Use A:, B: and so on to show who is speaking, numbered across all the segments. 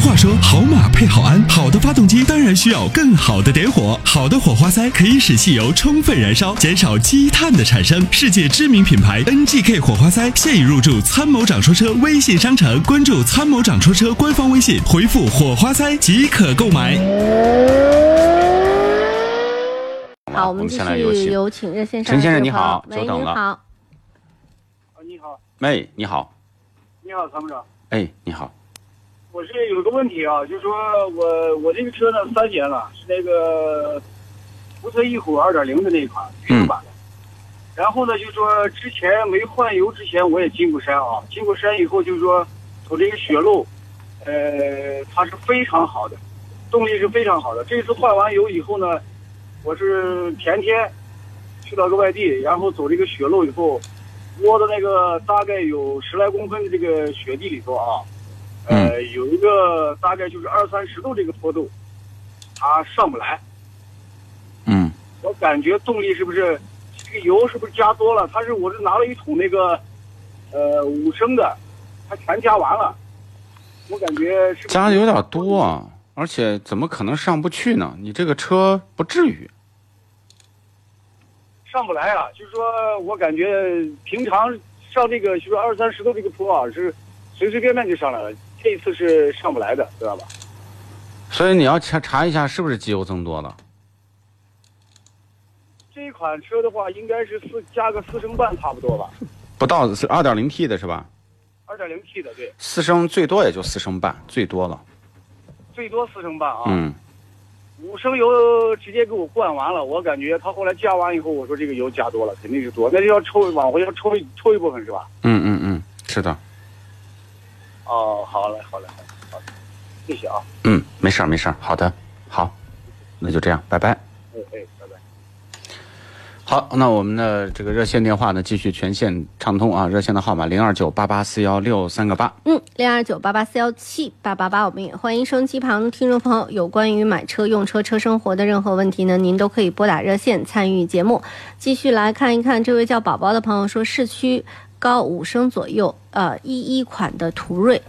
A: 话说，好马配好鞍，好的发动机当然需要更好的点火。好的火花塞可以使汽油充分燃烧，减少积碳的产生。世界知名品牌 NGK 火花塞现已入驻参谋长说车微信商城，关注参谋长说车官方微信，回复火花塞即可购买。
B: 好，我
C: 我
B: 们
C: 们
B: 继
C: 现在有
B: 续
C: 请
B: 有请热线上
C: 陈先
B: 的
C: 生你好
B: 朋友
C: 久等
B: 喂，您
C: 了
B: 好，
D: 啊，你好，
C: 喂，哎你好，
D: 你好，参谋长，
C: 哎，你好，
D: 我是有个问题啊，就是说我我这个车呢三年了，是那个福特翼虎二点零的那一款运动版的。然后呢，就说之前没换油之前我也进过山啊，进过山以后就是说走这个雪路，呃，它是非常好的，动力是非常好的。这次换完油以后呢，我是前天去到个外地，然后走这个雪路以后，窝到那个大概有十来公分的这个雪地里头啊，呃，
C: 嗯
D: 有一个大概就是二三十度这个坡度，它上不来。
C: 嗯
D: 我感觉动力是不是这个油是不是加多了？它是我是拿了一桶那个呃五升的，它全加完了。我感觉是不是
C: 加的有点多，啊，而且怎么可能上不去呢？你这个车不至于。
D: 上不来啊。就是说我感觉平常上这个就是二三十度这个坡啊，是随随便便就上来了，这一次是上不来的，知道吧？
C: 所以你要查查一下是不是机油增多了。
D: 这款车的话，应该是四加个四升半差不多吧，
C: 不到是二点零 T 的是吧？
D: 二点零 T 的对，
C: 四升最多也就四升半，最多了。
D: 最多四升半啊。
C: 嗯，
D: 五升油直接给我灌完了，我感觉他后来加完以后，我说这个油加多了，肯定是多，那就要抽往回要抽一抽一部分是吧？
C: 嗯嗯嗯，是的。
D: 哦，好嘞，好嘞，好嘞，好嘞谢谢啊，
C: 嗯，没事儿没事儿，好的，好，那就这样，拜拜。
D: 哎哎，拜拜。
C: 好，那我们的这个热线电话呢，继续全线畅通啊，热线的号码零二九八八四幺六三个八。
B: 嗯，零二九八八四幺七八八八，我们也欢迎收音机旁的听众朋友，有关于买车、用车、车生活的任何问题呢，您都可以拨打热线参与节目。继续来看一看这位叫宝宝的朋友说，市区高五升左右，呃，一一款的途锐，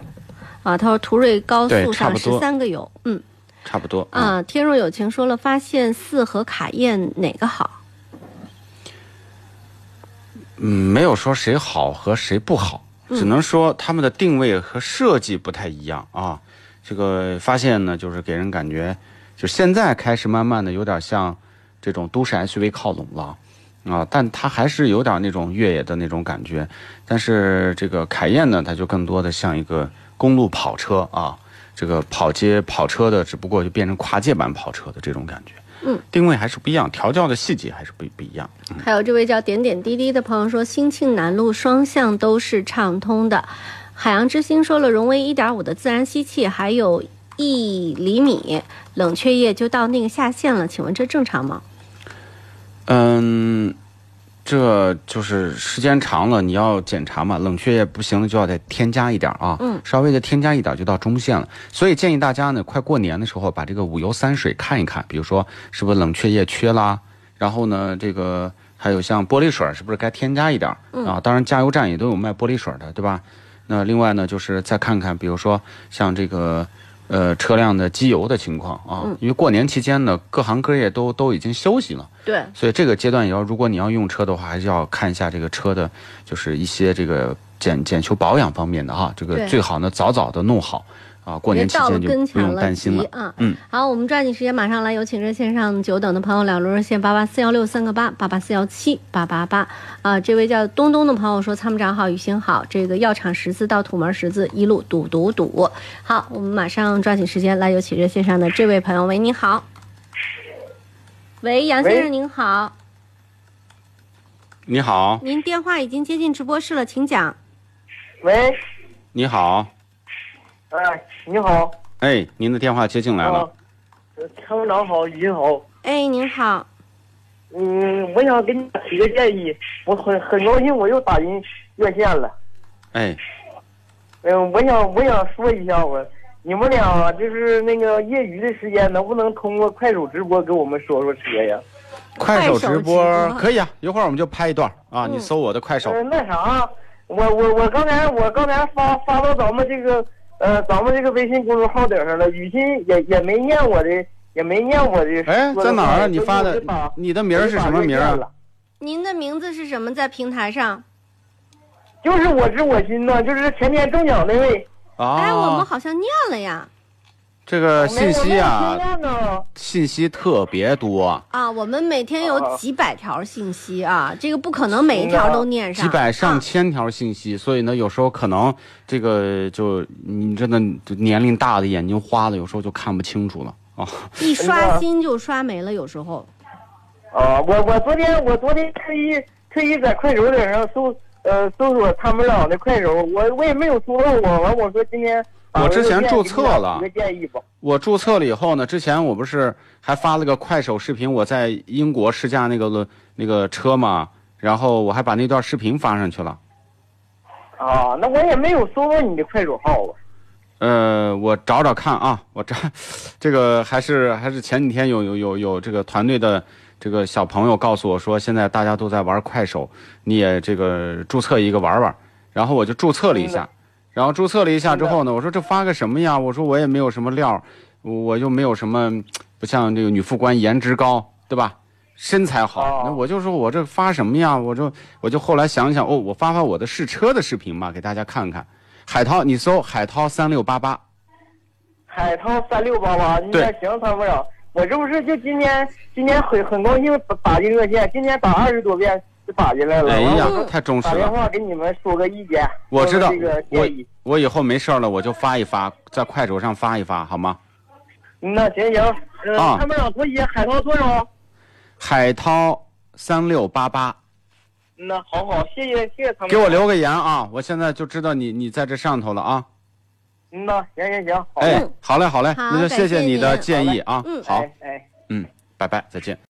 B: 啊，他说途锐高
C: 对
B: 速
C: 差
B: 上
C: 不
B: 十
C: 多
B: 三个油，嗯
C: 差不多啊、
B: 啊，天若有情说了，发现四和卡宴哪个好？
C: 嗯，没有说谁好和谁不好，只能说他们的定位和设计不太一样啊。这个发现呢，就是给人感觉，就现在开始慢慢的有点像这种都市 SUV 靠拢了啊，但它还是有点那种越野的那种感觉。但是这个凯宴呢，它就更多的像一个公路跑车啊，这个跑街跑车的，只不过就变成跨界版跑车的这种感觉。
B: 嗯，
C: 定位还是不一样，调教的细节还是不不一样。
B: 还有这位叫点点滴滴的朋友说，兴庆南路双向都是畅通的。海洋之星说了，荣威1.5的自然吸气还有一厘米冷却液就到那个下限了，请问这正常吗？
C: 嗯，这就是时间长了，你要检查嘛，冷却液不行了就要再添加一点儿啊，
B: 嗯
C: 稍微的添加一点儿就到中线了。所以建议大家呢，快过年的时候把这个五油三水看一看，比如说是不是冷却液缺啦，然后呢，这个还有像玻璃水儿是不是该添加一点儿、啊？当然加油站也都有卖玻璃水儿的，对吧？那另外呢，就是再看看，比如说像这个。呃，车辆的机油的情况啊，因为过年期间呢，各行各业都都已经休息了，
B: 对，
C: 所以这个阶段也要，如果你要用车的话，还是要看一下这个车的，就是一些这个检检修保养方面的哈，这
B: 对
C: 个最好呢早早的弄好啊，过
B: 别
C: 年期
B: 到了
C: 间就
B: 跟
C: 不
B: 前
C: 用
B: 了
C: 担心
B: 急
C: 了。
B: 啊。
C: 嗯，
B: 好，我们抓紧时间，马上来有请热线上久等的朋友，两路热线八八四幺六三个八八八四幺七八八八啊，这位叫东东的朋友说，参谋长好，雨欣好，这个药厂十字到土门十字一路堵堵堵。好，我们马上抓紧时间来有请热线上的这位朋友，喂，你好，喂，杨先
D: 喂
B: 生您好，
C: 你好，
B: 您电话已经接近直播室了，请讲。
E: 喂，
C: 你好，
E: 哎，你好，
C: 哎，您的电话接进来
B: 哦
C: 了。
E: 呃，参谋长好，您好，
B: 哎，您好，
E: 嗯，我想给你提个建议，我很很高兴我又打进热线了，
C: 哎，
E: 嗯，我想我想说一下我，你们俩就是那个业余的时间，能不能通过快手直播给我们说说车呀？
C: 快
B: 手
C: 手直播
B: 直播嗯
C: 可以啊，一会儿我们就拍一段啊，你
E: 嗯
C: 搜我的快手。
E: 嗯，那啥，我我我刚才我刚才发发到咱们这个呃，咱们这个微信公众号顶上了，雨欣也也没念我的，也没念我的。
C: 哎，
E: 说
C: 在哪儿
E: 话
C: 啊？你
E: 所以
C: 发
E: 我
C: 的
E: 就把，
C: 你的名儿是什么名儿
E: 我就把这念
C: 啊
E: 了？
B: 您的名字是什么？在平台上？
E: 就是我知我心呐，就是前天中奖那位。
B: 哎，我们
C: 啊，
B: 好像念了呀。
C: 这个信息
E: 我没
C: 啊，
E: 有念呢
C: 信息特别多，
B: 啊，我们每天有几百条信息啊，这个不可能每一条都念上。
C: 几百上
B: 啊
C: 千条信息，所以呢，有时候可能这个就你真的就年龄大的眼睛花了，有时候就看不清楚了啊。
B: 一刷新就刷没了，有时候。
E: 啊，我我昨天我昨天特意特意在快手顶上搜呃搜索他们俩的快手，我我也没有搜到我，完我说今天
C: 我之前注册了
E: 一个建议吧。
C: 我注册了以后呢，之前我不是还发了个快手视频，我在英国试驾那个轮那个车嘛，然后我还把那段视频发上去了。
E: 啊，那我也没有搜到你的快手号啊。
C: 呃，我找找看啊，我这这个还是还是前几天有有有有这个团队的这个小朋友告诉我说，现在大家都在玩快手，你也这个注册一个玩玩。然后我就注册了一下，然后注册了一下之后呢，我说这发个什么呀？我说我也没有什么料，我我又没有什么不像这个女副官颜值高，对吧？身材好
E: 哦，
C: 那我就说我这发什么呀？我就我就后来想想，哦，我发发我的试车的视频吧，给大家看看。海涛，你搜海涛三六八八，
E: 海涛三六八八，那行，参谋长，我这不是就今天今天很很高兴打打进热线，今天打二十多遍就打进来了。
C: 哎
E: 完
C: 呀
E: 我说，
C: 太忠实
E: 打电
C: 了。
E: 话给你们说个意见，
C: 我知道
E: 说个这个
C: 我
E: 建议。
C: 我以后没事儿了，我就发一发，在快手上发一发，好吗？
E: 嗯那行行，呃
C: 啊
E: 参谋长多谢，海涛哦多少？
C: 海涛三六八八，
E: 嗯那好好，谢谢谢谢参谋长。
C: 给我。留个言啊！我现在就知道你你在这上头了啊！
E: 嗯呐，行行行，好嘞，
C: 哎，好嘞好嘞，
B: 好
C: 那就谢
B: 感谢
C: 你的
B: 您
C: 建议啊！
B: 嗯
C: 哎好，
E: 哎哎。
C: 嗯，拜拜，再见。